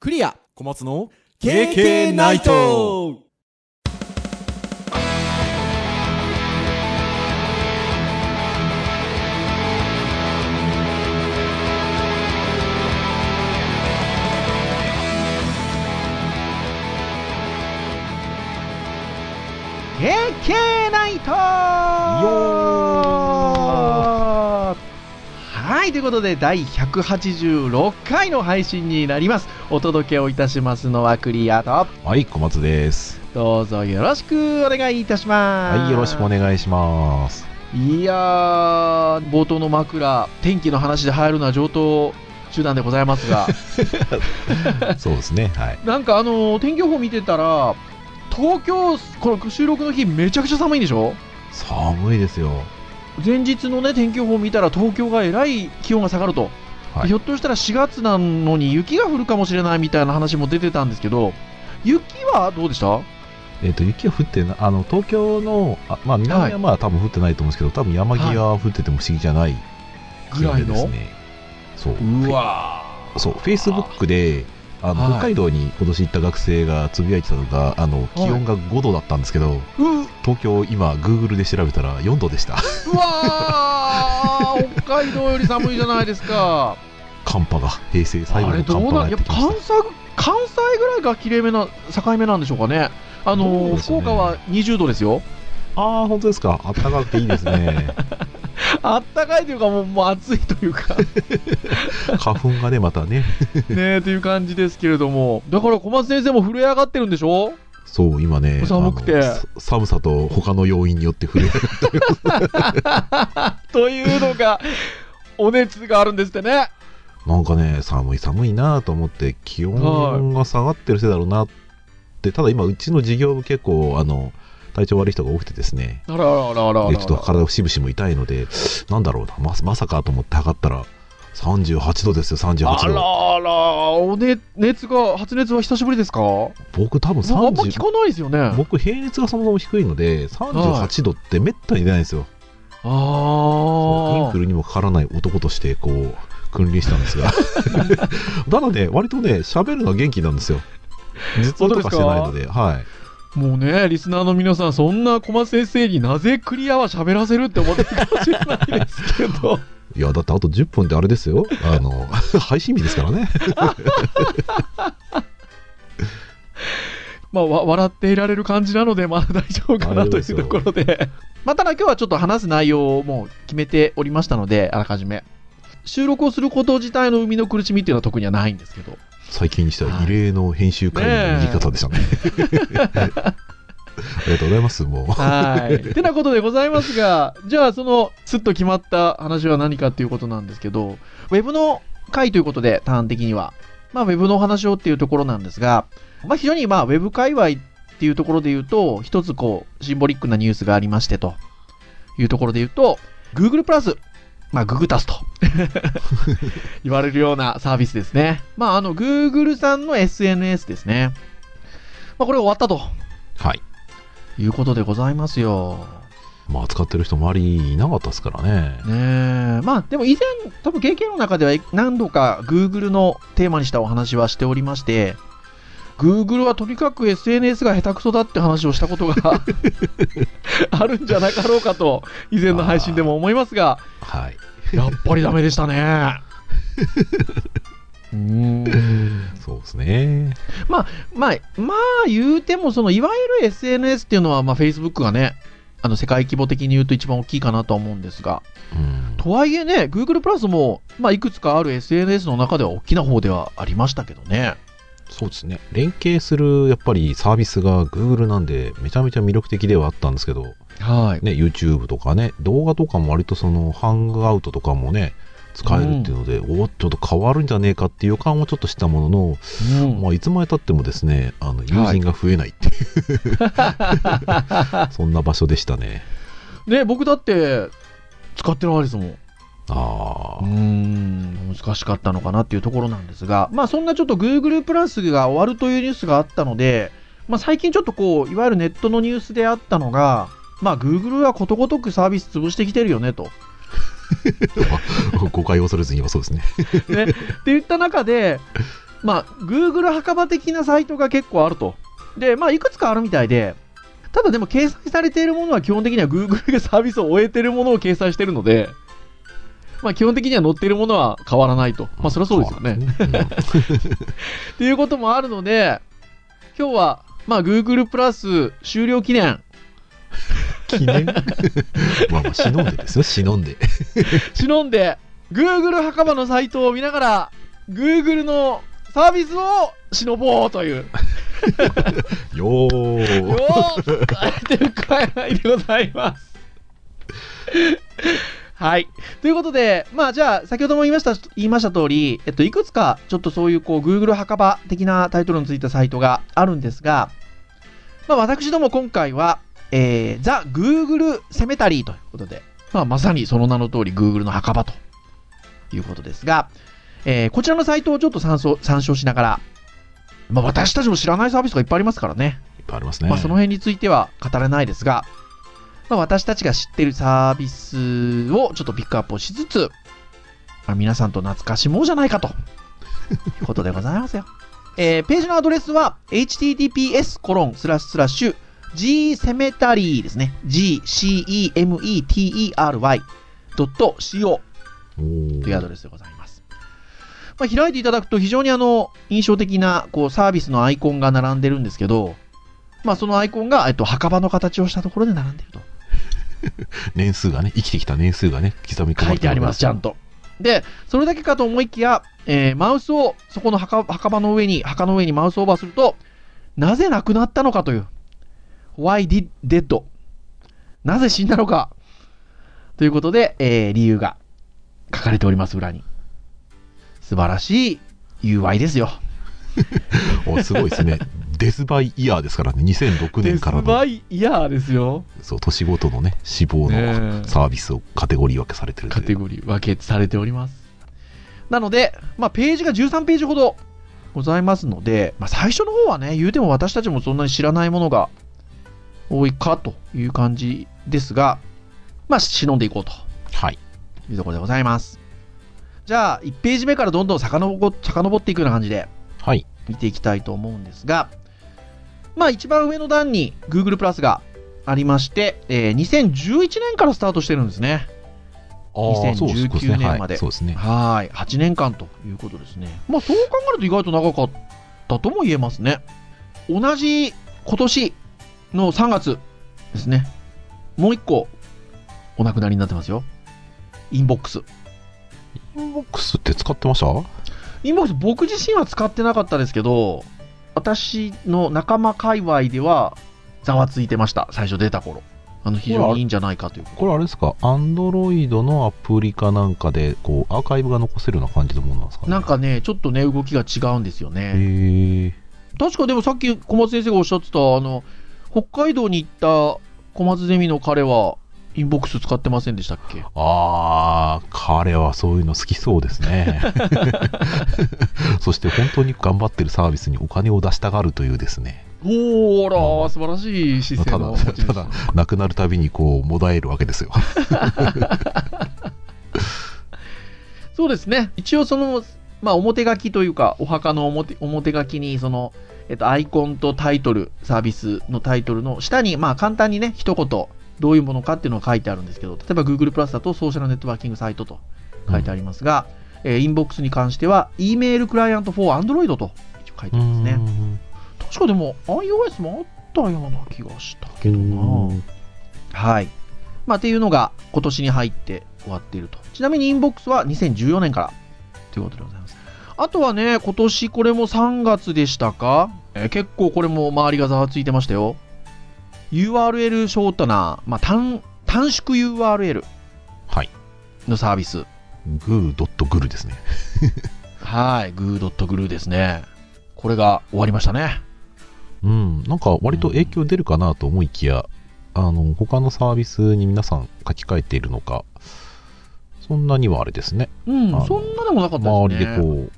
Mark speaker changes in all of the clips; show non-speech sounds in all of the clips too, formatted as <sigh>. Speaker 1: クリア
Speaker 2: 小松の
Speaker 1: KK ナイト
Speaker 3: ナイトはいということで第186回の配信になりますお届けをいたしますのはクリアと
Speaker 4: はい、小松です。
Speaker 3: どうぞよろしくお願いいたしま
Speaker 4: は
Speaker 3: す
Speaker 4: い、よろしくお願いし
Speaker 3: <laughs>
Speaker 4: ます。
Speaker 3: いやー冒頭の枕天気の話で入るのは上等手段でございま
Speaker 4: <laughs>
Speaker 3: すが
Speaker 4: そうですね、はい。
Speaker 3: なんかあのー天気予報見てたら東京この収録の日めちゃくちゃ寒いんでしょ
Speaker 4: 寒いですよ。
Speaker 3: 前日のね天気予報見たら東京がえらい気温が下がると、
Speaker 4: はい
Speaker 3: ひょっとしたら4月なのに雪が降るかもしれないみたいな話も出てたんですけど雪はどうでした
Speaker 4: えっ、と、雪は降ってな、あの、東京の、あまあ、南はまあ、多分降ってないと思うんですけど、多分山際は降ってても不思議じゃない
Speaker 3: ぐらい
Speaker 4: です
Speaker 3: の
Speaker 4: ね。そう。
Speaker 3: うわ
Speaker 4: フェイそう、Facebook で、あの、
Speaker 3: はい
Speaker 4: 北海道に今年行った学生がつぶやいてたのが、あの、気温が5度だったんですけど、
Speaker 3: ーう
Speaker 4: 東京今、Google で調べたら4度でした。 <laughs>
Speaker 3: うわー北海道より寒いじゃないですか
Speaker 4: 寒波が、平成最後
Speaker 3: あれ
Speaker 4: の
Speaker 3: ど
Speaker 4: 寒波
Speaker 3: うな
Speaker 4: が
Speaker 3: ん
Speaker 4: や
Speaker 3: や
Speaker 4: っ
Speaker 3: ってぱ
Speaker 4: きまし
Speaker 3: 関
Speaker 4: た。
Speaker 3: 西関西ぐらいがきれいめな境目なんでしょうかねあの
Speaker 4: そ
Speaker 3: ー
Speaker 4: うです
Speaker 3: 福
Speaker 4: ね
Speaker 3: 岡は20度ですよ
Speaker 4: ああ、本当ですか。暖かくていいですね。
Speaker 3: <laughs> あったかいというかもうもう暑いというか
Speaker 4: 花粉がね、またね。
Speaker 3: ねえという感じですけれどもだから小松先生も震え上がってるんでしょ
Speaker 4: そう、今ね、
Speaker 3: 寒くて
Speaker 4: あのさ寒さと他の要因によって
Speaker 3: <laughs>
Speaker 4: 震える。
Speaker 3: というのが <laughs> お熱があるんですってね
Speaker 4: なんかね、寒い寒いなと思って、気温が下がってるせいだろうなって、ただ今、うちの事業部結構、あの、体調悪い人が多くてですね、
Speaker 3: あらあらあらあらあ
Speaker 4: で、
Speaker 3: ら
Speaker 4: ちょっと体をしぶしぶ痛いので、なんだろうな、ままさかと思って測ったら、38度ですよ、
Speaker 3: あ
Speaker 4: 38度。
Speaker 3: らあらお、ね、熱が発熱は久しぶりですかも
Speaker 4: 僕多分
Speaker 3: うあんま聞
Speaker 4: 30、
Speaker 3: かないですよねあ
Speaker 4: 僕平熱がそもそも低いので、38度ってめったに出ないんですよ。イン
Speaker 3: あ
Speaker 4: フルにもかからない男としてこう君臨したんですが
Speaker 3: <laughs>
Speaker 4: なので割とね喋るのは元気なんですよずっとかしてないのではい
Speaker 3: もうねリスナーの皆さんそんな小松先生になぜクリアは喋らせるって思ってたかもしれないですけど
Speaker 4: いやだってあと10分であれですよあの <laughs> 配信日ですからね
Speaker 3: まあわ笑っていられる感じなのでまあ大丈夫かな
Speaker 4: 大丈夫
Speaker 3: とい
Speaker 4: です
Speaker 3: う
Speaker 4: よ
Speaker 3: ところでまあただ今日はちょっと話す内容をもう決めておりましたのであらかじめ収録をすること自体の生みの苦しみっていうのは特にはないんですけど
Speaker 4: 最近にしては異例の編集会の言い方で
Speaker 3: <laughs>
Speaker 4: したねありがとうございますもう
Speaker 3: はい。 <laughs> ってなことでございますが、じゃあその、すっと決まった話は何かっていうことなんですけど、ウェブの会ということで、端的には。まあ、ウェブのお話をっていうところなんですが、まあ、非常にまあ、ウェブ界隈っていうところで言うと、一つこう、シンボリックなニュースがありまして、というところで言うと、Google プラス、まあ、ググタスと <laughs> 言われるようなサービスですね。まあ、あの、Google さんの SNS ですね。まあ、これ終わったと
Speaker 4: はい
Speaker 3: いうことでございますよ。
Speaker 4: まあ使ってる人周りいなかったですからね
Speaker 3: ねえまあでも以前多分 KK の中では何度か Google のテーマにしたお話はしておりまして Google はとにかく SNS が下手くそだって話をしたことが <laughs> あるんじゃなかろうかと以前の配信でも思いますが
Speaker 4: はい
Speaker 3: やっぱりダメでしたねうーん
Speaker 4: <laughs> そうですね
Speaker 3: まあ、まあ言うても、そのいわゆる SNS っていうのは、まあ Facebook がね、あの世界規模的に言うと一番大きいかなとは思うんですが、
Speaker 4: うん
Speaker 3: とはいえね、Google プラスも、まあ、いくつかある SNS の中では大きな方ではありましたけどね。
Speaker 4: そうですね連携するやっぱりサービスが Google なんでめちゃめちゃ魅力的ではあったんですけど
Speaker 3: は。
Speaker 4: ね、YouTube とかね、動画とかも割とその、ハングアウトとかもね、使えるっていうので、おちょっと変わるんじゃねえかっていう予感はちょっとしたものの、まあ、いつまでたってもですね、あの友人が増えない
Speaker 3: <laughs>
Speaker 4: っていう、そんな場所でしたね。
Speaker 3: ね、僕だって、使ってるわけですもん。
Speaker 4: ああ、
Speaker 3: うーん、難しかったのかなっていうところなんですが、まあそんなちょっと Google プラスが終わるというニュースがあったので、まあ最近ちょっとこう、いわゆるネットのニュースであったのが、まあ Google はことごとくサービス潰してきてるよねと。
Speaker 4: 誤解を恐れずに今そうですね。
Speaker 3: って言った中で、まあ、Google 墓場的なサイトが結構あると。で、まあ、いくつかあるみたいで、ただでも掲載されているものは基本的には Google がサービスを終えてるものを掲載してるので、まあ、基本的には載ってるものは変わらないと。まあ、そりゃそうですよね。
Speaker 4: 変わらないですね。
Speaker 3: っていうこともあるので、今日は、まあ、Google プラス終了記念、
Speaker 4: 記念 <laughs> まあまあ忍んでですよ忍んで
Speaker 3: 忍んで、Google 墓場のサイトを見ながら、Google のサービスを忍ぼうという、
Speaker 4: よー
Speaker 3: <laughs> よー <laughs> という会話でございます。はい。ということで、まあじゃあ、先ほども言いました、言いました通り、えっと、いくつか、ちょっとそういう、こう、Google 墓場的なタイトルのついたサイトがあるんですが、まあ私ども今回は、えー、ザ・ Google セメタリーということで、まあまさにその名の通り Google の墓場ということですが、えーこちらのサイトをちょっと参照参照しながら、まあ私たちも知らないサービスがいっぱいありますからね。
Speaker 4: いっぱいありますね、
Speaker 3: まあ、その辺については語れないですが、まあ、私たちが知ってるサービスをちょっとピックアップをしつつ、まあ、皆さんと懐かしもうじゃないかということでございますよ。 <laughs> えーページのアドレスは https コロンスラッシュスラッシュ g セメタリーですね。gcemetery.co
Speaker 4: おー
Speaker 3: というアドレスでございます。まあ、開いていただくと非常にあの印象的なこうサービスのアイコンが並んでるんですけど、まあ、そのアイコンが、えっと、墓場の形をしたところで並んでると
Speaker 4: 年数がね生きてきた年数がね刻み込まれ
Speaker 3: 書いてあります、ちゃん
Speaker 4: と
Speaker 3: と。で、それだけかと思いきや、えーマウスをそこの墓墓場の上に、墓の上にマウスオーバーすると、なぜ亡くなったのかという。Why did dead? なぜ死んだのかということで、えー理由が書かれております、裏に。素晴らしい UI ですよ。
Speaker 4: おすごいですねデスバイイヤーですからね2006年からの
Speaker 3: イイヤーですよ。
Speaker 4: そう年ごとのね死亡
Speaker 3: ね
Speaker 4: の
Speaker 3: え
Speaker 4: サービスをカテゴリー分けされてると
Speaker 3: カ
Speaker 4: い
Speaker 3: テ
Speaker 4: う
Speaker 3: ゴリー分けされております。なので、まあ、ページが13ページほどございますので、まあ、最初の方はね、言うても私たちもそんなに知らないものが多いかという感じですが、まあ、忍んでいこうと
Speaker 4: はい
Speaker 3: いうところでございます。じゃあ、1ページ目からどんどん遡遡っていくような感じで
Speaker 4: はい
Speaker 3: 見ていきたいと思うんですが、まあ、一番上の段に Google プラスがありまして、えー2011年からスタートしてるんですね。
Speaker 4: あーそうです
Speaker 3: 2019年ま
Speaker 4: は
Speaker 3: で
Speaker 4: いそうですね
Speaker 3: はい、8年間ということですね。まあそう考えると意外と長かったとも言えますね。同じ今年の3月ですね。もう一個お亡くなりになってますよ。インボックス。
Speaker 4: インボックスって使ってました
Speaker 3: インボックス僕自身は使ってなかったですけど、私の仲間界隈ではざわついてました。最初出た頃。あの非常にいいんじゃないかという。
Speaker 4: これあれですかアンドロイドのアプリかなんかでこうアーカイブが残せるような感じのものなんですかね
Speaker 3: なんかね、ちょっとね、動きが違うんですよね。
Speaker 4: へえ
Speaker 3: 確かでもさっき小松先生がおっしゃってたあの北海道に行った小松ゼミの彼はインボックス使ってませんでしたっけ
Speaker 4: ああ、彼はそういうの好きそうですね。そして本当に頑張ってるサービスにお金を出したがるというですね、
Speaker 3: おーらー素晴らしい姿勢の持ち主です
Speaker 4: ただ亡くなるたびにこう、もだえるわけですよ。
Speaker 3: そうですね一応そのまあ表書きというかお墓の表表書きにそのえっとアイコンとタイトルサービスのタイトルの下にまあ簡単にね一言どういうものかっていうのが書いてあるんですけど例えば Google プラスだとソーシャルネットワーキングサイトと書いてありますが、えーインボックスに関しては E メールクライアント for Android と一応書いてありますね
Speaker 4: ね。
Speaker 3: 確かでも iOS もあったような気がした
Speaker 4: けど
Speaker 3: なはいまあっていうのが今年に入って終わっているとちなみにインボックスは2014年からということでございますあとはね今年これも3月でしたか、えー結構これも周りがざわついてましたよ URL ショートな、まあ、短短縮 URL
Speaker 4: はい
Speaker 3: のサービス
Speaker 4: グードットグルですね。
Speaker 3: はい Goo.gru ですねこれが終わりましたね
Speaker 4: うん、なんか割と影響出るかなと思いきや、あの、他のサービスに皆さん書き換えているのか、そんなにはあれですね。
Speaker 3: う
Speaker 4: あ
Speaker 3: ん
Speaker 4: の
Speaker 3: そんなでもなかったですね
Speaker 4: 周りでこう、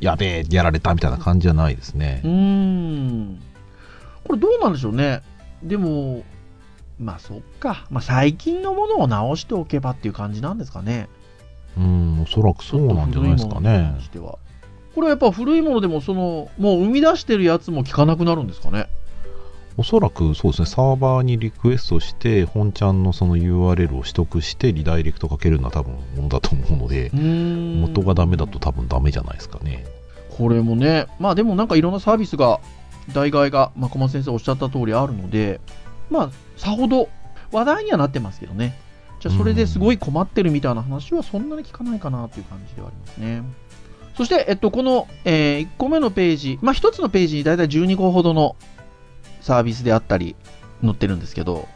Speaker 4: やべえ、やられたみたいな感じじゃないですね
Speaker 3: う。ーんこれどうなんでしょうね。でも、まあそっか。まあ最近のものを直しておけばっていう感じなんですかね。
Speaker 4: うん、おそらくそうなんじゃないですか
Speaker 3: ちょっと古いもの
Speaker 4: ね
Speaker 3: に関。してはこれはやっぱ古いものでもそのもう生み出してるやつも聞かなくなるんですかね
Speaker 4: おそらくそうですね、サーバーにリクエストして、本ちゃんのその URL を取得して、リダイレクトかけるのは多分ものだと思うので、元
Speaker 3: 元
Speaker 4: がダメだと多分ダメじゃないですかね。
Speaker 3: これもねまあでもなんかいろんなサービスが代替えが、まあ、小松先生おっしゃった通りあるのでまあさほど話題にはなってますけどねじゃあそれですごい困ってるみたいな話はそんなに聞かないかなという感じではありますねそして、えっと、この、え1個目のページ、まあ、1つのページに大体12個ほどのサービスであったり載ってるんですけど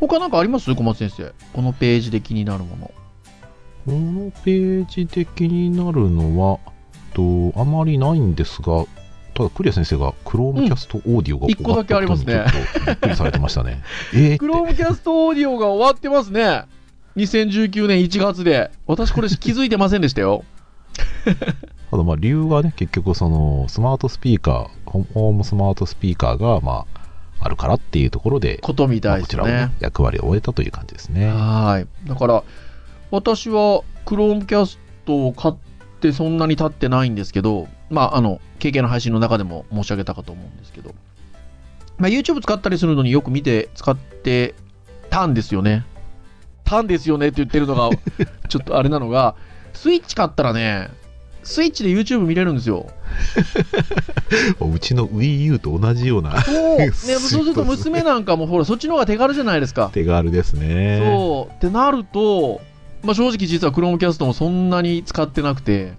Speaker 3: 他なんかあります小松先生このページで気になるもの
Speaker 4: このページで気になるのは、とあまりないんですが、ただ、クリア先生が Chromecast オーディオが
Speaker 3: 一個だけありますね
Speaker 4: 終わった後にちょっとびっくりされてました
Speaker 3: <laughs>
Speaker 4: ね。えー
Speaker 3: クロームキャストオーディオが終わってますね。2019年1月で。私これ気づいてませんでした
Speaker 4: <laughs>
Speaker 3: よ。
Speaker 4: ただまあ理由がね結局そのスマートスピーカーホホームスマートスピーカーがまああるからっていうところで、
Speaker 3: ことみ
Speaker 4: ま
Speaker 3: た
Speaker 4: あ
Speaker 3: い
Speaker 4: こ
Speaker 3: で
Speaker 4: ち
Speaker 3: す
Speaker 4: らを、
Speaker 3: ね
Speaker 4: ね。、役割を終えたという感じですね。
Speaker 3: はい。だから、私はクロームキャストを買ってそんなに経ってないんですけど、まあ、あの、KK の配信の中でも申し上げたかと思うんですけど、まあ、YouTube 使ったりするのによく見て使ってたんですよね。たんですよねって言ってるの
Speaker 4: <laughs>
Speaker 3: が、ちょっとあれなのが、スイッチ買ったらね、スイッチで YouTube 見れるんですよ。
Speaker 4: うちの WiiU と同じような <laughs>
Speaker 3: そう、ね、
Speaker 4: スイートですね
Speaker 3: そうすると娘なんかもほらそっちの方が手軽じゃないですか。
Speaker 4: 手軽ですね。
Speaker 3: そうってなると、まあ、正直実はクロームキャストもそんなに使ってなくて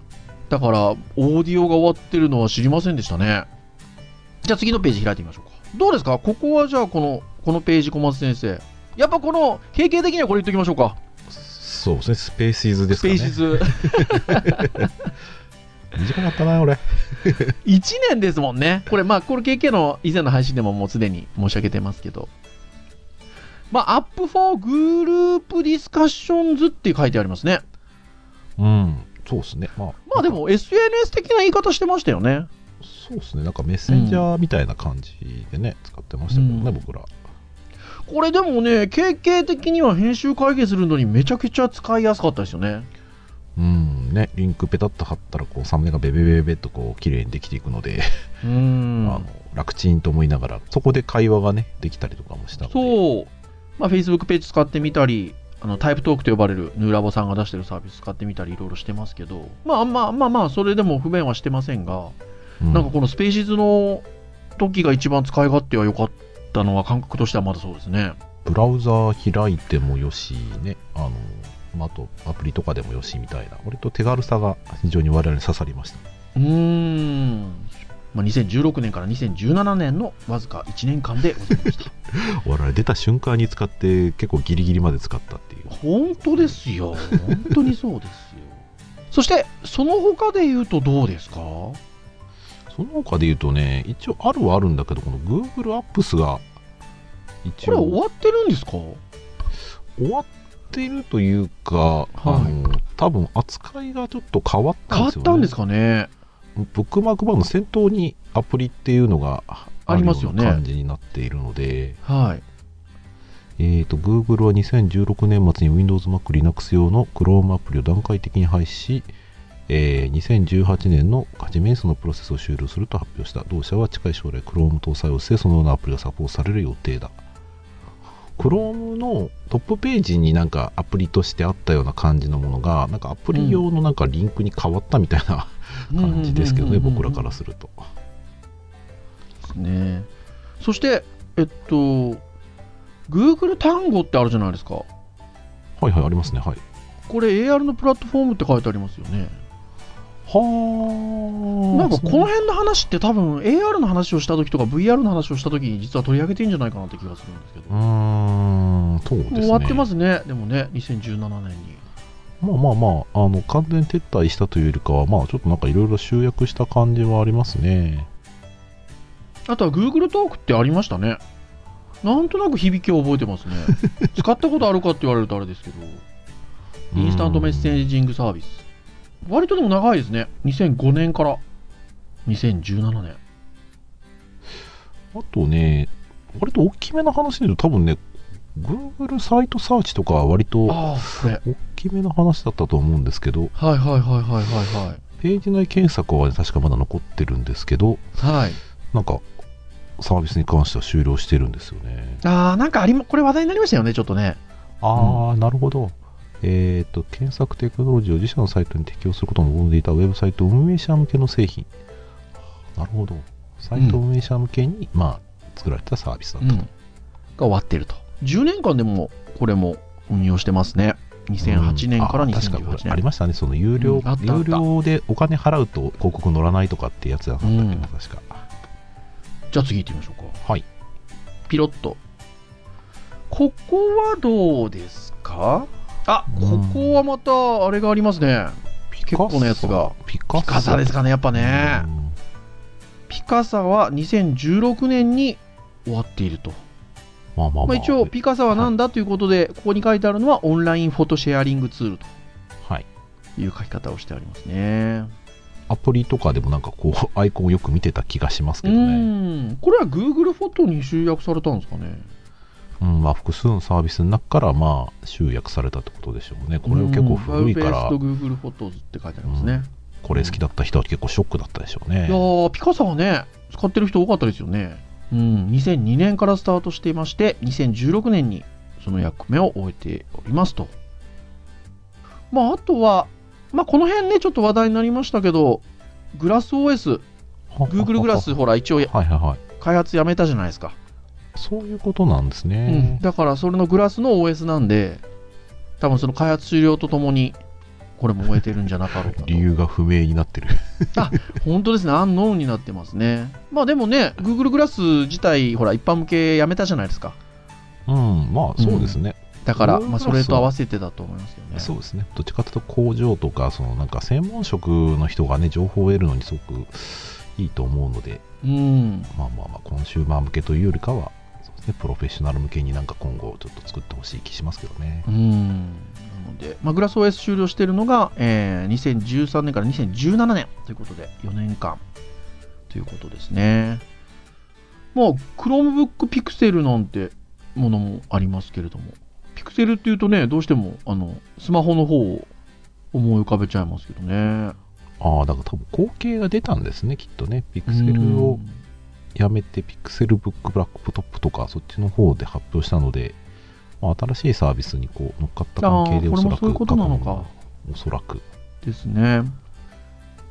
Speaker 3: だからオーディオが終わってるのは知りませんでしたね。じゃあ次のページ開いてみましょうか。どうですかここはじゃあこのこのページ小松先生。やっぱこの経験的にはこれ言っときましょうか。
Speaker 4: そうですね、スペーシーズです
Speaker 3: ス
Speaker 4: か
Speaker 3: ペー
Speaker 4: ね。
Speaker 3: シズ。
Speaker 4: 短かったな、俺。
Speaker 3: 1年ですもんね。これ、まあ、これ KK の以前の配信でももうすでに申し上げてますけど。まあ、アップフォーグループディスカッションズって書いてありますね。
Speaker 4: うん、そうですね。まあ、
Speaker 3: まあでも SNS 的な言い方してましたよね。
Speaker 4: そうですね、なんかメッセンジャーみたいな感じでね、使ってましたけどね、
Speaker 3: うん
Speaker 4: 僕ら。
Speaker 3: これでもね、KK 的には編集会議するのにめちゃくちゃ使いやすかったですよね。
Speaker 4: うん、ね、リンクペタッと貼ったら、こう、サムネがベベベベベっとこう、綺麗にできていくので、
Speaker 3: う
Speaker 4: あの
Speaker 3: ん。
Speaker 4: 楽ちんと思いながら、そこで会話がね、できたりとかもしたので。
Speaker 3: そう。まあ、Facebook ページ使ってみたり、あのタイプトークと呼ばれるヌーラボさんが出してるサービス使ってみたりいろいろしてますけど、まあまあまあまあ、それでも不便はしてませんが、
Speaker 4: うん
Speaker 3: なんかこのスペーシーズの時が一番使い勝手は良かったのは感覚としてはまだそうですね。
Speaker 4: ブラウザー開いてもよし、ね、あの、まあ、あとアプリとかでもよしみたいな、割と手軽さが非常に我々に刺さりました。
Speaker 3: うーん。まあ、2016年から2017年のわずか1年間でございました。
Speaker 4: 我々出た瞬間に使って、結構ギリギリまで使ったっていう。
Speaker 3: <laughs> 本当ですよ。本当にそうですよ。そして、その他で言うとどうですか
Speaker 4: その他で言うとね、一応あるはあるんだけど、この Google Apps が、一
Speaker 3: これ
Speaker 4: 応
Speaker 3: 終わってるんですか
Speaker 4: 終わってるというか、あの多分扱いがちょっと変わったん
Speaker 3: 変わ
Speaker 4: で
Speaker 3: っ
Speaker 4: すよね。
Speaker 3: たんですかね
Speaker 4: ブックマーク版の先頭にアプリっていうのが
Speaker 3: ありますよね
Speaker 4: あるうな感じになっているので、
Speaker 3: はい。
Speaker 4: えー、と Google は2016年末に Windows、Mac、Linux 用の Chrome アプリを段階的に廃止し、えー2018年の初めにそのプロセスを終了すると発表した同社は近い将来 Chrome 搭載をしてそのようなアプリがサポートされる予定だ Chrome のトップページになんかアプリとしてあったような感じのものがなんかアプリ用のなんかリンクに変わったみたいな、感じですけどね僕らからすると
Speaker 3: る。ねそして、えっと、Google 単語ってあるじゃないですか。
Speaker 4: はいはいありますねはい
Speaker 3: これ AR のプラットフォームって書いてありますよね。
Speaker 4: は
Speaker 3: なんかこの辺の話って多分 AR の話をした時とか VR の話をした時に実は取り上げていいんじゃないかなって気がするんですけど。
Speaker 4: う
Speaker 3: も
Speaker 4: ーんそうです
Speaker 3: う
Speaker 4: ね
Speaker 3: 終わってますね。でもね、2017年に。
Speaker 4: まあまあまああの完全撤退したというよりかはまあちょっとなんかいろいろ集約した感じはありますね
Speaker 3: あとは Google トークってありましたね。なんとなく響きを覚えてますね。
Speaker 4: <laughs>
Speaker 3: 使ったことあるかって言われるとあれですけど、インスタントメッセ
Speaker 4: ジ
Speaker 3: ージングサービス。割とでも長いですね。2005年から2017年。
Speaker 4: あとね割と大きめな話で言うと多分ね Google サイトサーチとかは割と
Speaker 3: ああ、これ。
Speaker 4: 大きめな話だったと思うんですけど
Speaker 3: はいはいはいはいはいはい。
Speaker 4: ページ内検索は、ね、確かまだ残ってるんですけど、
Speaker 3: はい。
Speaker 4: なんか、サービスに関しては終了してるんですよね。
Speaker 3: ああ、なんかありも、これ話題になりましたよね、ちょっとね。
Speaker 4: ああ、なるほど。えっ、と、検索テクノロジーを自社のサイトに適用することも望んでいたウェブサイト運営者向けの製品。なるほど。サイト運営者向けに、まあ、作られたサービスだっ
Speaker 3: う
Speaker 4: たと。
Speaker 3: ん。が終わってると。10年間でも、これも運用してますね。2008年から
Speaker 4: うんあ
Speaker 3: 2018
Speaker 4: 確か
Speaker 3: 年。
Speaker 4: ありましたね、その有料、
Speaker 3: うんあったあった
Speaker 4: 有料でお金払うと広告乗らないとかってやつだったんだっけ
Speaker 3: うん
Speaker 4: ど、確か。
Speaker 3: じゃあ次行ってみましょうか。
Speaker 4: はい。
Speaker 3: ピロッと。ここはどうですかあ、
Speaker 4: うん
Speaker 3: ここはまた、あれがありますね。
Speaker 4: ピ
Speaker 3: 結構なやつが。
Speaker 4: ピカ
Speaker 3: ピカサですかね、やっぱね。
Speaker 4: うん
Speaker 3: ピカサは2016年に終わっていると。
Speaker 4: まあまあまあ。
Speaker 3: まあ、一応、ピカサは何だということで、ここに書いてあるのはオンラインフォトシェアリングツールと
Speaker 4: はい。
Speaker 3: いう書き方をしてありますね。
Speaker 4: アプリとかでもなんかこう、アイコンをよく見てた気がします
Speaker 3: う
Speaker 4: けどね。
Speaker 3: ん。これは Google フォトに集約されたんですかね。
Speaker 4: うん、まあ複数のサービスの中から、まあ、集約されたってことでしょうね。これは結構古いか
Speaker 3: うん
Speaker 4: ら
Speaker 3: Web-based、Google フォトズって書いてありますね。
Speaker 4: うんこれ好きだった人は結構ショックだったでしょう
Speaker 3: いや
Speaker 4: ね。
Speaker 3: ーピカサはね、使ってる人多かったですよね。うん、2002年からスタートしていまして、2016年にその役目を終えておりますと。まあ、あとは、まあ、この辺ね、ちょっと話題になりましたけど、グラス OS、Google グラス、
Speaker 4: は
Speaker 3: ほら、一応や
Speaker 4: いはいはい。
Speaker 3: 開発やめたじゃないですか。
Speaker 4: そういうことなんです
Speaker 3: うん
Speaker 4: ね。
Speaker 3: だから、それのグラスの OS なんで、多分その開発終了とともに、これも終えてるんじゃなかろうかと。
Speaker 4: <laughs> 理由が不明にな
Speaker 3: <laughs>
Speaker 4: ってる。
Speaker 3: 本当ですね、アンノーンになってますね。まあでもね、Google グラス自体、ほら、一般向けやめたじゃないですか。
Speaker 4: うん、まあそうですね。
Speaker 3: だから、
Speaker 4: Google
Speaker 3: まあ、それと合わせてだと思いますよね。
Speaker 4: そうですね。どっちかというと工場とか、そのなんか専門職の人がね、情報を得るのにすごくいいと思うので、
Speaker 3: うん。
Speaker 4: まあまあまあ、コンシューマー向けというよりかは、そうですね、プロフェッショナル向けになんか今後ちょっと作ってほしい気しますけどね。
Speaker 3: うん。なので、まあ、グラス OS 終了しているのが、えー2013年から2017年ということで、4年間ということですね。まあ、Chromebook Pixel なんてものもありますけれども、Pixel っていうとね、どうしても、あの、スマホの方を思い浮かべちゃいますけどね。
Speaker 4: ああ、だから多分後継が出たんですね、きっとね。ピクセル
Speaker 3: う
Speaker 4: を
Speaker 3: ん
Speaker 4: やめて、ピクセルブックブラックトップとか、そっちの方で発表したので、まあ、新しいサービスにこう乗っかった関係でお
Speaker 3: あーこ
Speaker 4: そ
Speaker 3: れも
Speaker 4: らく
Speaker 3: そういうことなの
Speaker 4: 過去
Speaker 3: か
Speaker 4: の。おそらく。
Speaker 3: ですね。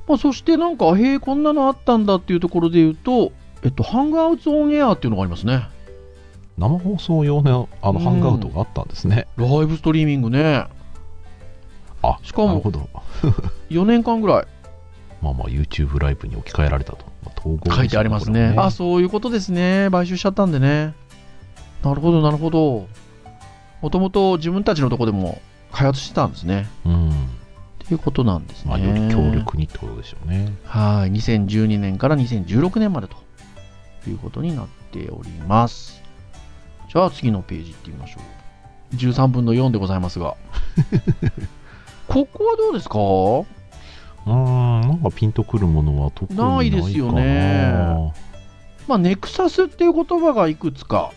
Speaker 3: まあ、そしてなんか、へえ、こんなのあったんだっていうところで言うと、えっと、ハングアウトオンエアっていうのがありますね。
Speaker 4: 生放送用のあの
Speaker 3: うん
Speaker 4: ハングアウトがあったんですね。
Speaker 3: ライブストリーミングね。
Speaker 4: あ
Speaker 3: しかも
Speaker 4: なるほど。
Speaker 3: 4年間ぐらい
Speaker 4: まあまあ YouTube ライブに置き換えられたと。まあ統合ですね
Speaker 3: 書いてありますね。
Speaker 4: これは
Speaker 3: あ、そういうことですね。買収しちゃったんでね。なるほど、なるほど。もともと自分たちのとこでも開発してたんですね。
Speaker 4: うん。
Speaker 3: っていうことなんですね。
Speaker 4: まあより強力にってことでしょうね。
Speaker 3: はい、2012年から2016年までということになっております。じゃあ次のページ行ってみましょう。13分の4でございますが。ここはどうですか
Speaker 4: うーん、なんかピンとくるものは特にないかな。
Speaker 3: ないですよねまあ、ネクサスっていう言葉がいくつか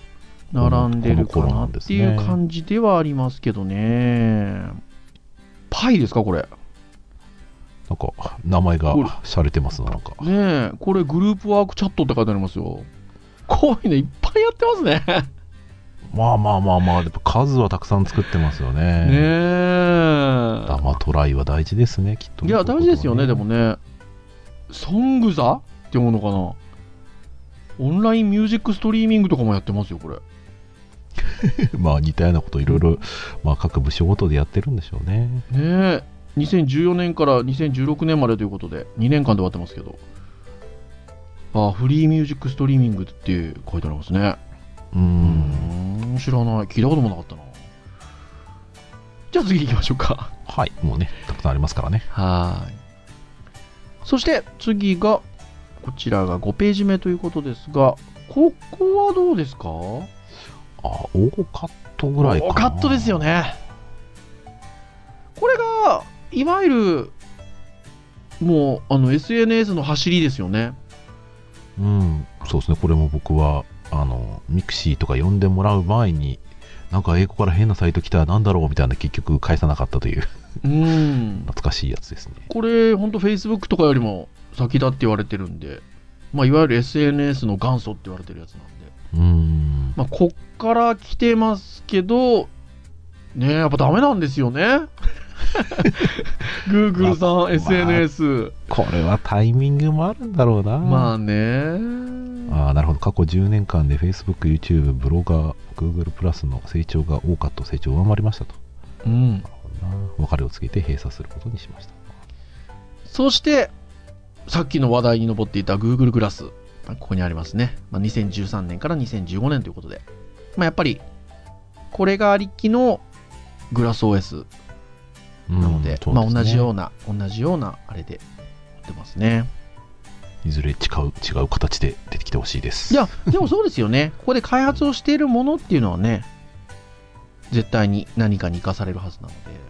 Speaker 3: 並んでるか
Speaker 4: このこの頃
Speaker 3: な
Speaker 4: な
Speaker 3: っ
Speaker 4: んです
Speaker 3: て
Speaker 4: ね
Speaker 3: いう感じではありますけどね。パイですかこれ。
Speaker 4: なんか名前が
Speaker 3: これ
Speaker 4: 洒落てますな、なんか。
Speaker 3: ねえ、これグループワークチャットって書いてありますよ。こういうのいっぱいやってますね。
Speaker 4: まあまあまあまあ、でも数はたくさん作ってますよね。
Speaker 3: ねえ。
Speaker 4: ダマトライは大事ですね、きっと。
Speaker 3: いや、大事ですよね、でも
Speaker 4: ね。
Speaker 3: ね。ソングザって思うのかなオンラインミュージックストリーミングとかもやってますよ、これ。
Speaker 4: <laughs> まあ似たようなこといろいろ、まあ各部署ごとでやってるんでしょうね。
Speaker 3: ねえ。2014年から2016年までということで、2年間で終わってますけど。あ、フリーミュージックストリーミングって書いてありますね。
Speaker 4: う。
Speaker 3: うんーん、知らない。聞いたこともなかったな。じゃあ次行きましょうか。
Speaker 4: はい、もうね、たくさんありますからね。
Speaker 3: はい。そして次が、こちらが5ページ目ということですが、ここはどうですか
Speaker 4: あ、大カットぐらいかな。
Speaker 3: カットですよね。これが、いわゆる、もう、あの、SNS の走りですよね。
Speaker 4: うん、そうですね、これも僕は、あの、ミクシーとか呼んでもらう前に、なんか英語から変なサイト来たらなんだろうみたいな結局返さなかったという。
Speaker 3: うん
Speaker 4: 懐かしいやつですね。
Speaker 3: これ、本当 Facebook とかよりも先だって言われてるんで、まあ、いわゆる SNS の元祖って言われてるやつなんで、
Speaker 4: うん。
Speaker 3: まあ、こっから来てますけど、ねえやっぱダメなんです
Speaker 4: <laughs>
Speaker 3: よね。Google さん、
Speaker 4: まあ
Speaker 3: SNS。
Speaker 4: これはタイミングもあるんだろうな。
Speaker 3: まあね。
Speaker 4: ああなるほど過去10年間で FacebookYouTube ブロガー Google プラスの成長が多かった成長を上回りましたと
Speaker 3: うん、
Speaker 4: なるほどな別れを告げて閉鎖することにしました
Speaker 3: そして、さっきの話題に上っていた Google グラス。まあここにありますね。まあ、2013年から2015年ということで。まあ、やっぱり、これがありきのグラス OS
Speaker 4: うん
Speaker 3: なので、
Speaker 4: そう
Speaker 3: まあ
Speaker 4: すね
Speaker 3: 同じような、同じようなあれでやってますね。
Speaker 4: いずれ違う違う形で出てきてほしいです
Speaker 3: いや、でもそうですよね。こ <laughs> こで開発をしているものっていうのはね、絶対に何かに生かされるはずなので。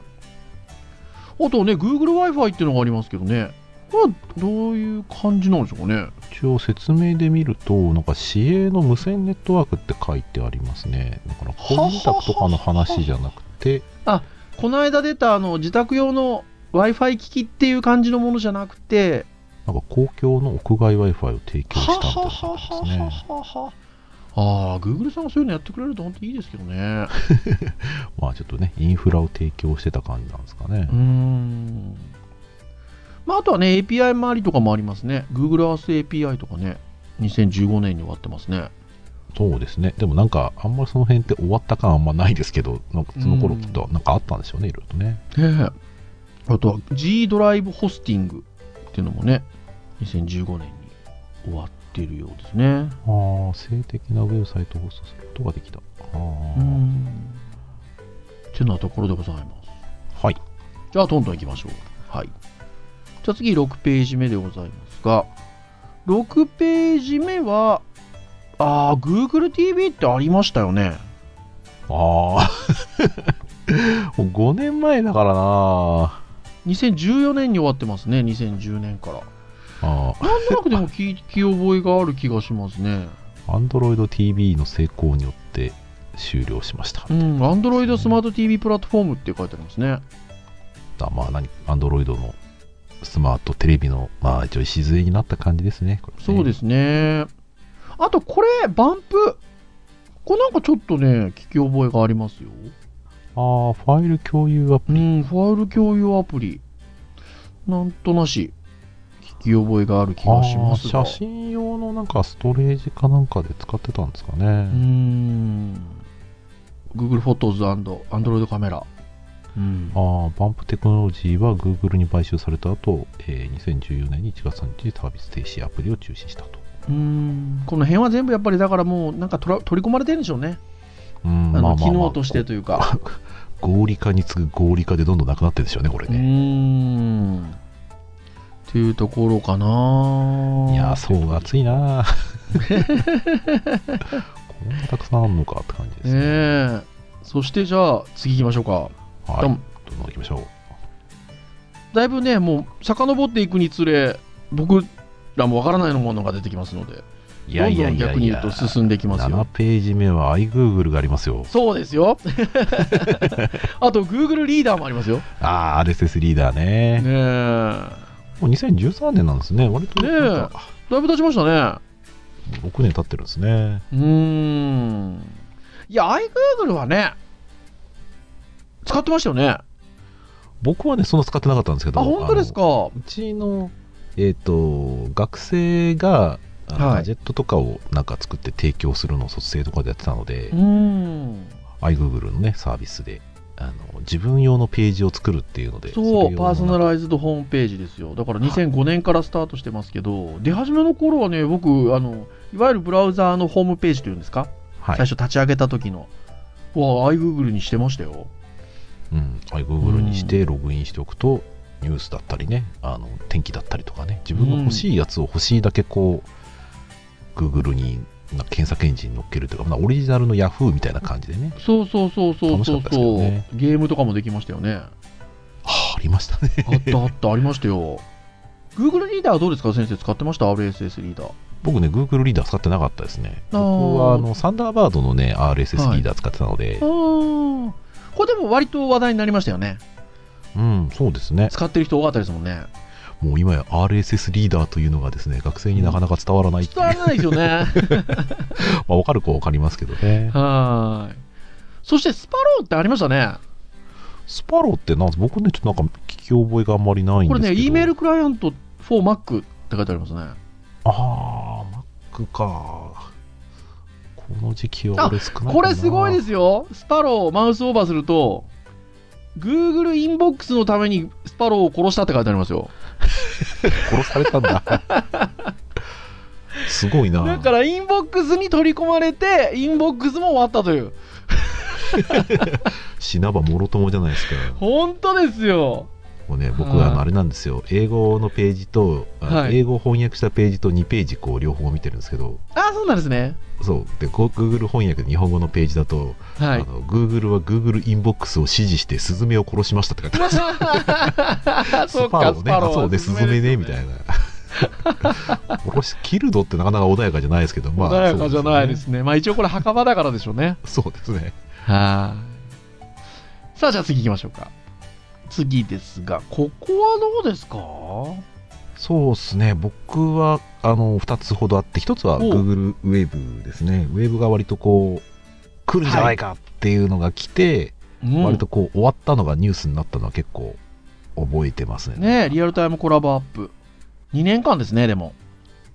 Speaker 3: あとね、GoogleWi-Fi っていうのがありますけどね。これはどういう感じなんでしょうかね。
Speaker 4: 一応説明で見るとなんか市営の無線ネットワークって書いてありますねだから個人宅とかの話じゃなくて
Speaker 3: この間出たあの自宅用の Wi-Fi 機器っていう感じのものじゃなくて、
Speaker 4: なんか公共の屋外 Wi-Fi を提供
Speaker 3: は
Speaker 4: したみたい
Speaker 3: は
Speaker 4: な
Speaker 3: はは
Speaker 4: ことですね
Speaker 3: はは。ああ、Google さんがそういうのやってくれると本当にいいですけどね。
Speaker 4: まあちょっとねインフラを提供してた感じなんですかね
Speaker 3: うーん。まあ、あとはね、API 周りとかもありますね。Google Earth API とかね、2015年に終わってますね。
Speaker 4: そうですね。でもなんか、あんまりその辺って終わった感あんまないですけど、なんかその頃
Speaker 3: うん
Speaker 4: きっとなんかあったんでしょうね、いろいろとね。
Speaker 3: ええあとは G ドライブホスティングっていうのもね、2015年に終わってるようですね。
Speaker 4: ああ、性的なウェブサイトをホストすることができた。ああ、
Speaker 3: うん。てなところでございます。
Speaker 4: はい。
Speaker 3: じゃあ、どんどん行きましょう。はい。じゃあ次、6ページ目でございますが、6ページ目は、ああ、Google TV ってありましたよね。
Speaker 4: ああ、 <laughs> もう5年前だからなあ
Speaker 3: 2014年に終わってますね、2010年から。
Speaker 4: あ
Speaker 3: なんとなくでも聞き <laughs> 覚えがある気がしますね。
Speaker 4: あ、Android TV の成功によって終了しました。
Speaker 3: うん、Android スマート TV プラットフォームって書いてありますね。
Speaker 4: だまあ、何、Android のスマートテレビの、まあ一応礎になった感じですね。これね
Speaker 3: そうですね。あと、これ、バンプ。これなんかちょっとね、聞き覚えがありますよ。
Speaker 4: ああ、ファイル共有アプ
Speaker 3: うん、ファイル共有アプリ。なんとなし、聞き覚えがある気がします
Speaker 4: あ
Speaker 3: が。
Speaker 4: ー写真用のなんかストレージかなんかで使ってたんですかね、
Speaker 3: うーん。Google Photos Android カメラ。うん。
Speaker 4: ああバンプテクノロジーは Google に買収された後、えー2014年に1月3日にサービス停止アプリを中止したと
Speaker 3: うーんこの辺は全部やっぱりだからもうなんかとら取り込まれてるんでしょうね、
Speaker 4: うん
Speaker 3: あの機能としてというか。
Speaker 4: 合理化に次ぐ合理化でどんどんなくなってるんでしょうねこれ
Speaker 3: うー
Speaker 4: ね、
Speaker 3: んっていうところかない
Speaker 4: いやーそう熱いなーこん
Speaker 3: <laughs>
Speaker 4: なたくさんあるのかって感じですね、
Speaker 3: ねえそしてじゃあ次行きましょうか
Speaker 4: はいど
Speaker 3: どん
Speaker 4: んどん行きましょう
Speaker 3: だいぶねもう遡っていくにつれ僕らもわからないものが出てきますので
Speaker 4: いやいやいや
Speaker 3: ど
Speaker 4: い
Speaker 3: んどん逆に言う
Speaker 4: や
Speaker 3: と進んでいきます
Speaker 4: 7
Speaker 3: よ
Speaker 4: ページ目は iGoogle がありますよ
Speaker 3: そうです
Speaker 4: <laughs>
Speaker 3: よあと Google リーダーもありますよ
Speaker 4: ああ RSS リーダーね
Speaker 3: ねえ
Speaker 4: もう2013年なんですね。割と
Speaker 3: ねえ
Speaker 4: なんか
Speaker 3: だいぶ経ちましたね
Speaker 4: 6年経ってるんですね。
Speaker 3: うーん。いや、iGoogle はね、使ってましたよね。あ、
Speaker 4: 僕はね、そんな使ってなかったんですけど。
Speaker 3: 本当です
Speaker 4: あの
Speaker 3: か。
Speaker 4: うちの、えっ、と、学生が、あの
Speaker 3: はい
Speaker 4: ガジェットとかをなんか作って提供するのを卒生とかでやってたので
Speaker 3: う、ーん。
Speaker 4: iGoogle のね、サービスで、あの自分用のページを作るっていうので、
Speaker 3: そう、パーソナ
Speaker 4: ル。
Speaker 3: ライズドホームページですよ。だから2005年からスタートしてますけど、出始めの頃はね、僕、あの、いわゆるブラウザーのホームページというんですか、
Speaker 4: はい
Speaker 3: 最。初立ち上げた時の。わあ、iGoogle にしてましたよ。
Speaker 4: うん。iGoogle にして、ログインしておくと、ニュースだったりね、あの天気だったりとかね、自分の欲しいやつを欲しいだけこう、Google になんか検索エンジンに乗っけるというか、まあ、オリジナルの Yahoo みたいな感じでね、
Speaker 3: そうそうそうそう
Speaker 4: 楽しか
Speaker 3: そう
Speaker 4: ったですけ
Speaker 3: そう、
Speaker 4: どね
Speaker 3: ゲームとかもできました
Speaker 4: <laughs>
Speaker 3: よね。
Speaker 4: はあ、ありましたね。 <laughs>
Speaker 3: あったあった、ありましたよ。Google リーダーはどうですか、先生、使ってました ?RSS リーダー。
Speaker 4: 僕ね、Google リーダー使ってなかったですね。
Speaker 3: あー
Speaker 4: 僕はあのサンダーバードのね、RSS リーダー使ってたので、
Speaker 3: あーこれでも割と話題になりましたよね。
Speaker 4: うん、そうですね。
Speaker 3: 使ってる人多かったですもんね。
Speaker 4: もう今や RSS リーダーというのがですね、学生になかなか伝わらないっていう
Speaker 3: 伝わらないですよね。
Speaker 4: まあ、わかる子はわかりますけどね。
Speaker 3: <laughs> はーい。そしてスパローってありましたね。
Speaker 4: スパロってなんす僕ね、ちょっとなんか聞き覚えがあんまりないん
Speaker 3: こ
Speaker 4: ですけ
Speaker 3: れ
Speaker 4: ど。
Speaker 3: ね、E メールクライアント 4Mac って書いてありますね。
Speaker 4: ああ、Mac か。この時期は
Speaker 3: あ
Speaker 4: 俺少ないかな
Speaker 3: これすごいですよ。スパロー、マウスオーバーすると、Google インボックスのためにスパローを殺したって書いてありますよ。
Speaker 4: 殺されたんだ。すごいな。
Speaker 3: だから、インボックスに取り込まれて、インボックスも終わったという。
Speaker 4: 死なばもろともじゃないですか。
Speaker 3: 本当ですよ。
Speaker 4: もうね、僕
Speaker 3: はい
Speaker 4: はあのあれなんですよ。英語のページと、あの
Speaker 3: はい
Speaker 4: 英語を翻訳したページと2ページこう両方見てるんですけど、
Speaker 3: あ、そうなんですね。
Speaker 4: そう。で、こう Google 翻訳で日本語のページだと、
Speaker 3: はい
Speaker 4: あ。の Google は Google インボックスを指示してスズメを殺しましたって書
Speaker 3: <laughs>
Speaker 4: いてある。
Speaker 3: そ
Speaker 4: ス
Speaker 3: う
Speaker 4: パ
Speaker 3: か、
Speaker 4: ロ
Speaker 3: ス
Speaker 4: ね、
Speaker 3: パロ
Speaker 4: あ
Speaker 3: ー。
Speaker 4: そうね、スズメね、みたいな。 <laughs> 殺し、キルドってなかなか穏やかじゃないですけど、まあ、
Speaker 3: 穏やかじゃないです
Speaker 4: ね。
Speaker 3: ね。まあ一応これ墓場だからでしょうね。
Speaker 4: そうですね。
Speaker 3: はい。さあ、じゃあ次行きましょうか。次ですが、ここはどうですか
Speaker 4: そうですね、僕はあの2つほどあって、1つは
Speaker 3: お
Speaker 4: Google ウェブですね、ウェブが割とこう、来るんじゃないかっていうのが来て、
Speaker 3: うん
Speaker 4: 割とこう、終わったのがニュースになったのは結構覚えてますね。
Speaker 3: ねえリアルタイムコラボアップ。2年間ですね、でも。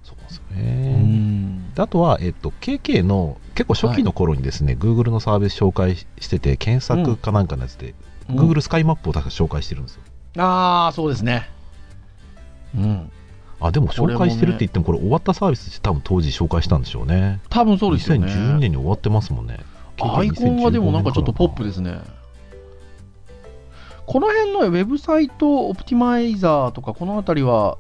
Speaker 4: そうなんですよ
Speaker 3: う
Speaker 4: ね。
Speaker 3: ん。
Speaker 4: であとは、えっと、KK の結構初期の頃にですね、Google のサービス紹介してて、検索かなんかのやつで、Google スカイマップを確か紹介してるんですよ。
Speaker 3: ああ、そうですね。うん。
Speaker 4: あ、でも
Speaker 3: これ
Speaker 4: 紹
Speaker 3: もね
Speaker 4: 介してるって言っても、これ終わったサービスって多分当時紹介したんでしょうね。
Speaker 3: 多分そうですよね。
Speaker 4: 2012年に終わってますもんね。
Speaker 3: アイコンがでもなんかちょっとポップ
Speaker 4: で。
Speaker 3: ですね。この辺のウェブサイトオプティマイザーとかこの辺りは、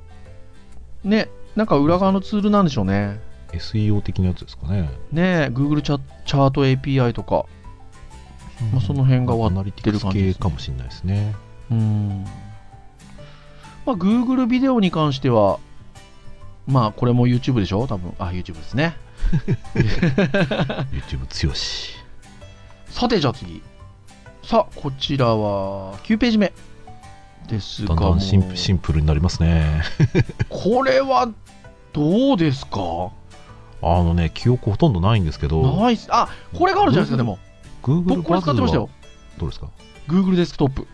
Speaker 3: ね、なんか裏側のツールなんでしょうね。
Speaker 4: SEO 的なやつですかね。
Speaker 3: ねえ Google チャチャート API とか。まあその辺が終わってる感じですね
Speaker 4: アナリティクス系かもしれないですね。
Speaker 3: うん。まあ、Google ビデオに関しては、まあ、これも YouTube でしょ多分。あ、YouTube ですね。
Speaker 4: YouTube 強し。
Speaker 3: さて、じゃあ次。さあ、こちらは9ページ目です
Speaker 4: だん
Speaker 3: が、
Speaker 4: だ
Speaker 3: もうん
Speaker 4: シンプシンプルになりますね。
Speaker 3: これはどうですか
Speaker 4: あのね、記憶ほとんどないんですけど、
Speaker 3: ナイス。あ、これがあるじゃないですか、でも。
Speaker 4: Google
Speaker 3: 僕これ使ってましたよ。
Speaker 4: Buzz はどうですか
Speaker 3: Google デスクトップ。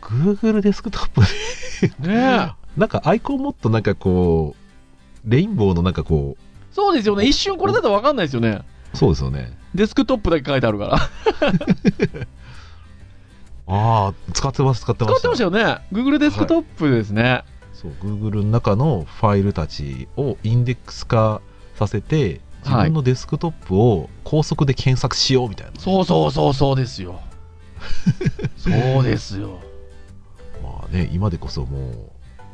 Speaker 4: ?Google デスクトップで、
Speaker 3: ねえ。
Speaker 4: なんかアイコンもっとなんかこう、レインボーのなんかこ
Speaker 3: そうですよね。一瞬これだと分かんないですよね。
Speaker 4: う、そうですよね。
Speaker 3: デスクトップだけ書いてあるから。
Speaker 4: ああ、使ってます、使って
Speaker 3: 使
Speaker 4: ま
Speaker 3: っ
Speaker 4: す
Speaker 3: てましたよね。Google デスクトップですね。
Speaker 4: そう、Google の中のファイルたちをインデックス化させて、自
Speaker 3: はい
Speaker 4: 分のデスクトップを高速で検索しようみたいな。
Speaker 3: そうそうそうそうですよ。そうですよ。
Speaker 4: まあね、今でこそも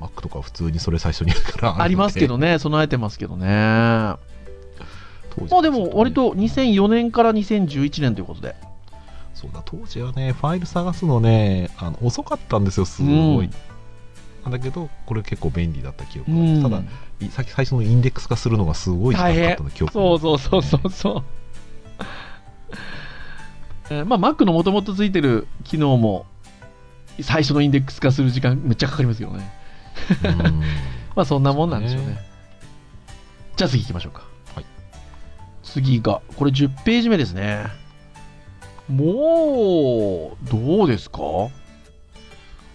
Speaker 4: う、Mac とか普通にそれ最初にやるから
Speaker 3: ありますけど
Speaker 4: ね。
Speaker 3: ね、備えてますけどね。ま
Speaker 4: 当時
Speaker 3: あでも、割と2004年から2011年ということで。
Speaker 4: そうだ、当時はね、ファイル探すのね、あの遅かったんですよ、すごい。
Speaker 3: うん
Speaker 4: なんだけど、これ結構便利だった記憶
Speaker 3: う
Speaker 4: があります
Speaker 3: ん
Speaker 4: ただ、いさっき最初のインデックス化するのがすごい時間かかったの記憶があり
Speaker 3: そ
Speaker 4: ま
Speaker 3: う
Speaker 4: す
Speaker 3: そうそうそうそう。えーまあ、Mac のもともとついてる機能も、最初のインデックス化する時間、めっちゃかかりますけどね。
Speaker 4: うん
Speaker 3: まあ、そんなもんなんでしょう
Speaker 4: そう
Speaker 3: ね
Speaker 4: ね。
Speaker 3: じゃあ次行きましょうか。
Speaker 4: はい
Speaker 3: 次が、これ10ページ目ですね。もう、どうですか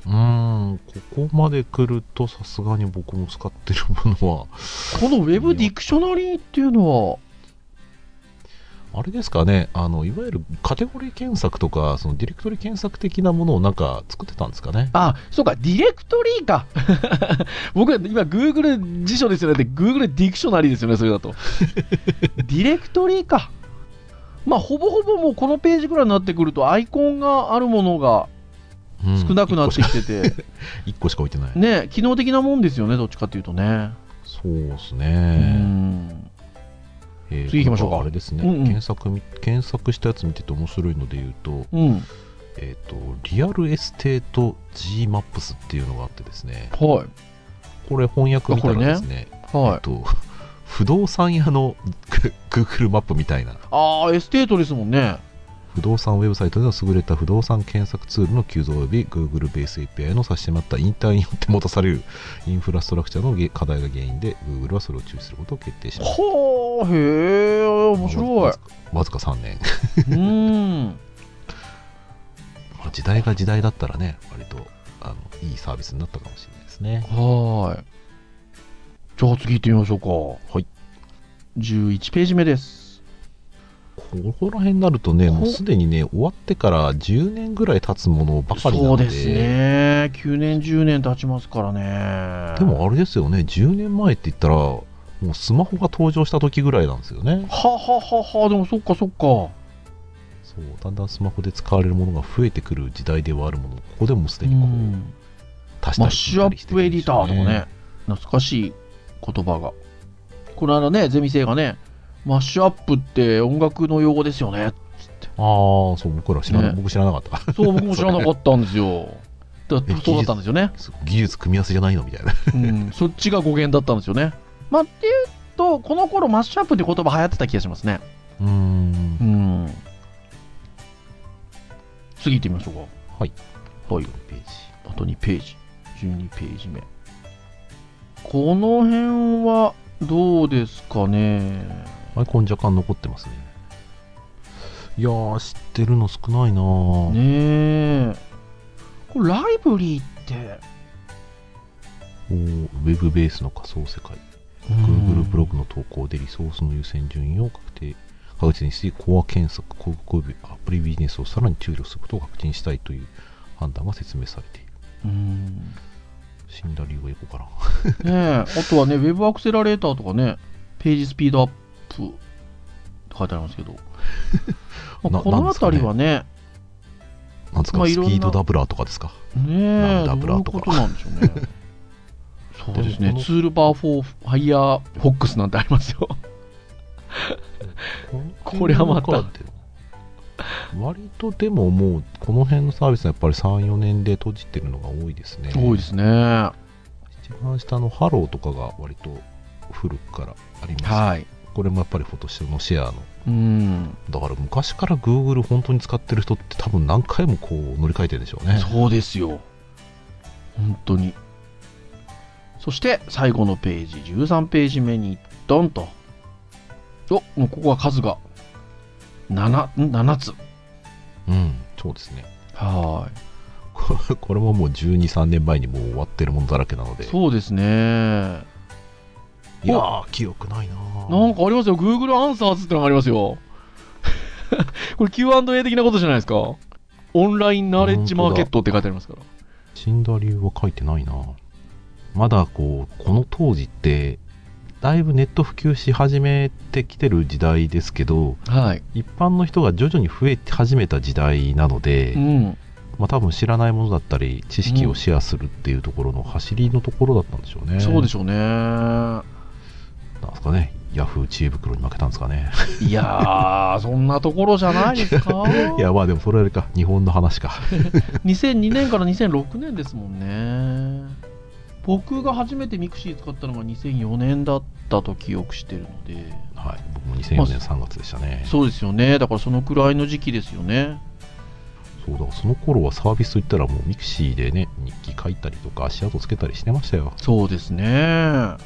Speaker 4: うーん、ここまで来るとさすがに僕も使ってるものは、
Speaker 3: このウェブディクショナリーっていうのは、
Speaker 4: あれですかね、あのいわゆるカテゴリー検索とか、そのディレクトリ検索的なものをなんか作ってたんですかね。
Speaker 3: あ、そうか、ディレクトリーか。 <laughs> 僕は今、Google 辞書ですよねって、Google ディクショナリーですよね、それだと。ディレクトリーか。まあ、ほぼほぼもうこのページくらいになってくると、アイコンがあるものが
Speaker 4: うん
Speaker 3: 少なくなってきてて、
Speaker 4: 一個しか置いてない。
Speaker 3: ね、機能的なもんですよね、どっちかっていうとね。
Speaker 4: そうです
Speaker 3: う
Speaker 4: ね。
Speaker 3: ん
Speaker 4: えー
Speaker 3: 次行きましょうか
Speaker 4: あれですね、
Speaker 3: うんうん
Speaker 4: 検索み検索したやつ見てて面白いので言うと、
Speaker 3: うん。
Speaker 4: えっ、と、リアルエステート G マップスっていうのがあってですね、
Speaker 3: はい。
Speaker 4: これ翻訳見たらですね、え
Speaker 3: は
Speaker 4: っ
Speaker 3: い。
Speaker 4: と、 <laughs> 不動産屋の Google マップみたいな。
Speaker 3: ああ、エステートですもんね。
Speaker 4: 不動産ウェブサイトでの優れた不動産検索ツールの急増及び Google ベース API の差し迫った引退によって持たされるインフラストラクチャーのげ課題が原因で Google はそれを中止することを決定しました。
Speaker 3: ほー、へー、面白
Speaker 4: わ
Speaker 3: い
Speaker 4: ず。かわずか3年。 <laughs>
Speaker 3: うん。
Speaker 4: まあ時代が時代だったらね、割とあのいいサービスになったかもしれないですね。
Speaker 3: はーい。じゃあ次行ってみましょうか。
Speaker 4: はい。
Speaker 3: 11ページ目です。
Speaker 4: ここら辺になるとね、
Speaker 3: ほ
Speaker 4: もうすでにね、終わってから10年ぐらい経つものばかりな
Speaker 3: そ
Speaker 4: の
Speaker 3: う
Speaker 4: で、
Speaker 3: ですね。9年、10年経ちますからね。
Speaker 4: でもあれですよね、10年前って言ったら、もうスマホが登場した時ぐらいなんですよね。
Speaker 3: ははははでもそっかそっか。
Speaker 4: そうだんだんスマホで使われるものが増えてくる時代ではあるもの、ここでもうすでにこう、足した
Speaker 3: マッ
Speaker 4: り
Speaker 3: シュア
Speaker 4: 引いたり
Speaker 3: ップエディターとか
Speaker 4: してるんですよ
Speaker 3: ね。、懐かしい言葉が。この間ね、ゼミ生がね、マッシュアップって音楽の用語ですよね。
Speaker 4: ああ、そう、僕ら知らな、
Speaker 3: ね
Speaker 4: 僕知らなかった。
Speaker 3: そう、僕も知らなかったんですよ。だ
Speaker 4: <laughs> え
Speaker 3: そうだったんですよね。
Speaker 4: すごい技術組み合わせじゃないのみたいな。
Speaker 3: うん、そっちが語源だったんですよね。まあ、っていうと、この頃マッシュアップって言葉流行ってた気がしますね。
Speaker 4: うーん
Speaker 3: う。ん。次行ってみましょう
Speaker 4: はい。
Speaker 3: か。はい。
Speaker 4: ページ。
Speaker 3: あと2ページ。12ページ目。この辺はどうですかね。
Speaker 4: アイコン若干残ってますね。いやー、知ってるの少ないなー
Speaker 3: ねえ。これライブリーって。
Speaker 4: おーウェブベースの仮想世界。Google ブログの投稿でリソースの優先順位を確定、確実にし、コア検索、広告及びアプリビジネスをさらに注力することを確認したいという判断が説明されている。
Speaker 3: うん。
Speaker 4: 死んだ理由はよくわからん。
Speaker 3: ねえ、あとはね、ウェブアクセラレーターとかね、ページスピードアップって書いてありますけ
Speaker 4: <laughs>
Speaker 3: ど、ま
Speaker 4: な
Speaker 3: あ、この
Speaker 4: なんですかね
Speaker 3: 辺りはね、
Speaker 4: なんですか、
Speaker 3: まあい
Speaker 4: スピ
Speaker 3: ろんな
Speaker 4: ードダブラーとかですか。
Speaker 3: ねえ、
Speaker 4: ラムダ
Speaker 3: ど
Speaker 4: ブ
Speaker 3: うい
Speaker 4: ラ
Speaker 3: う
Speaker 4: と
Speaker 3: こ
Speaker 4: か
Speaker 3: となんでしょうね。
Speaker 4: <laughs>
Speaker 3: そうです
Speaker 4: で
Speaker 3: ね
Speaker 4: もこ、の
Speaker 3: ツールバーフォーハイヤーフォックスなんてありますよ。これはまた
Speaker 4: この辺かでも割とでももうこの辺のサービスはやっぱり34年で閉じてるのが多いですね
Speaker 3: 多いですね。は
Speaker 4: 一番下のハローとかが割と古くからあります、
Speaker 3: い。
Speaker 4: これもやっぱりフォトショーのシェアの
Speaker 3: うん、
Speaker 4: だから昔から Google 本当に使ってる人って多分何回もこう乗り換えてるんでしょうね
Speaker 3: そうですよ。本当に。そして、最後のページ、13ページ目に、ドンと。おもうここは数が7、ん7つ。
Speaker 4: うんそうですね <laughs>
Speaker 3: は
Speaker 4: これこれももう123年前にもう終わってるものだらけなの
Speaker 3: い。
Speaker 4: で
Speaker 3: そうですね。
Speaker 4: いやー記憶ないなー
Speaker 3: なんかありますよ。Google アンサーズってのがありますよ。 <laughs> これ Q&A 的なことじゃないですか。オンラインナレッジマーケットって書いてありますから。
Speaker 4: 死んだ理由は書いてないなまだこうこの当時ってだいぶネット普及し始めてきてる時代ですけど
Speaker 3: はい。
Speaker 4: 一般の人が徐々に増え始めた時代なので、
Speaker 3: うん。
Speaker 4: まあ、多分知らないものだったり知識をシェアするっていうところの走りのところだったんでしょうね、
Speaker 3: そうで
Speaker 4: し
Speaker 3: しょうね。いや
Speaker 4: ょなんですかねヤフー知恵袋に負けたんですかね
Speaker 3: ー、そんなところじゃないです <laughs> か。
Speaker 4: いやまあでもそれよりか日本の話か
Speaker 3: 2002年から2006年ですもんね僕が初めてミクシー使ったのが2004年だったと記憶してるので
Speaker 4: はい僕も2004年3月でしたね
Speaker 3: そうですよねだからそのくらいの時期ですよね
Speaker 4: そうだからその頃はサービスといったらもうミクシーでね日記書いたりとか足跡つけたりしてましたよ
Speaker 3: そうですね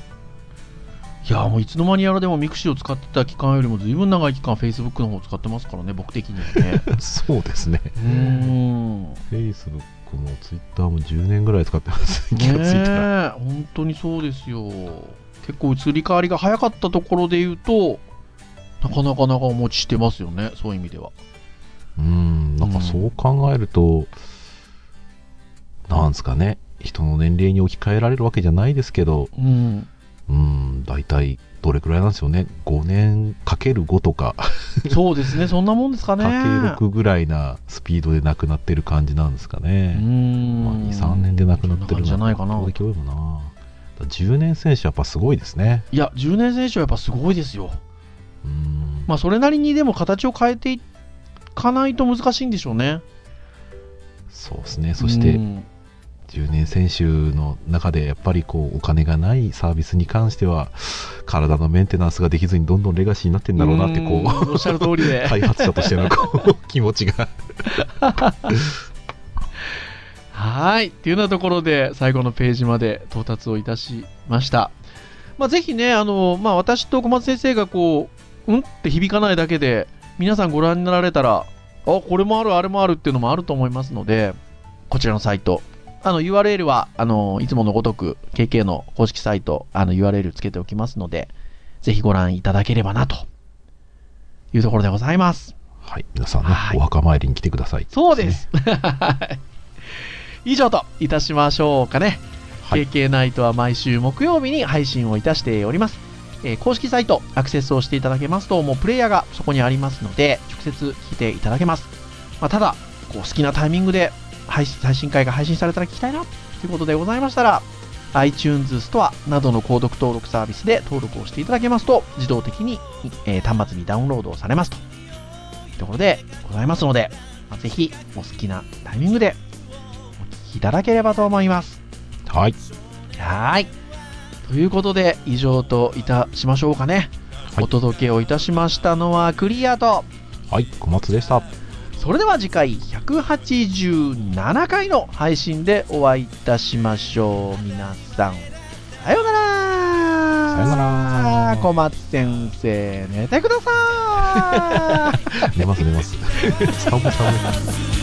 Speaker 3: いやもういつの間にやらでもミクシーを使ってた期間よりもずいぶん長い期間 Facebook の方を使ってますからね僕的には
Speaker 4: <laughs>
Speaker 3: ね
Speaker 4: そうですね。
Speaker 3: うーん
Speaker 4: Facebook も Twitter も10年ぐらい使ってます。気
Speaker 3: ね
Speaker 4: がついたら。
Speaker 3: え本当にそうですよ結構移り変わりが早かったところで言うとなかなか長持ちしてますよねそういう意味では
Speaker 4: うん、なんかそう考えると、なんですかね、人の年齢に置き換えられるわけじゃないですけど、
Speaker 3: うん、
Speaker 4: うん、大体どれくらいなんですよね。5年かける5とか、
Speaker 3: そうですね、そんなもんですかね。
Speaker 4: かけ6ぐらいなスピードでなくなってる感じなんですか
Speaker 3: う
Speaker 4: ね。
Speaker 3: ん、
Speaker 4: まあ、2、3年でなくなって
Speaker 3: そん
Speaker 4: る
Speaker 3: 感じじゃないかな
Speaker 4: 圧。倒的多いもんな。だから10年選手やっぱすごいですね。
Speaker 3: いや、10年選手はやっぱすごいですよ。
Speaker 4: うん。
Speaker 3: まあ、それなりにでも形を変えていかないと難しいんでしょうね。
Speaker 4: そうですね。そして
Speaker 3: う、ん
Speaker 4: 10年選手の中でやっぱりこうお金がないサービスに関しては体のメンテナンスができずにどんどんレガシーになってんだろうなってこう
Speaker 3: うんおっしゃる通りで。
Speaker 4: 開発者としてのこう気持ちが
Speaker 3: はい。っていうようなところで、最後のページまで到達をいたしました。まあ、ぜひね、あの、まあ、私と小松先生がこう、うんって響かないだけで、皆さんご覧になられたら、あ、これもある、あれもあるっていうのもあると思いますので、こちらのサイト。あの、URL は、あの、いつものごとく、KK の公式サイト、あの、URL つけておきますので、ぜひご覧いただければな、というところでございます。
Speaker 4: はい皆さんね
Speaker 3: はい
Speaker 4: お墓参りに来てください
Speaker 3: そうです。はい <laughs> 以上といたしましょうかね。
Speaker 4: はい
Speaker 3: KK ナイトは毎週木曜日に配信をいたしております。えー公式サイトアクセスをしていただけますと、もうプレイヤーがそこにありますので、直接聞いていただけます。まあ、ただ、こう好きなタイミングで配信最新回が配信されたら聞きたいなということでございましたら、iTunes ストアなどの購読登録サービスで登録をしていただけますと、自動的に、えー端末にダウンロードされますというところでございますので、まあぜひお好きなタイミングでお聞きいただければと思います。
Speaker 4: はい
Speaker 3: はーい。ということで、以上といたしましょうかね。
Speaker 4: はい
Speaker 3: お届けをいたしましたのはクリアと、
Speaker 4: はい小松でした
Speaker 3: それでは次回187回の配信でお会いいたしましょう。皆さん、さようなら
Speaker 4: さようなら
Speaker 3: 小松先生、寝てください
Speaker 4: 寝ます寝ます寒い寒い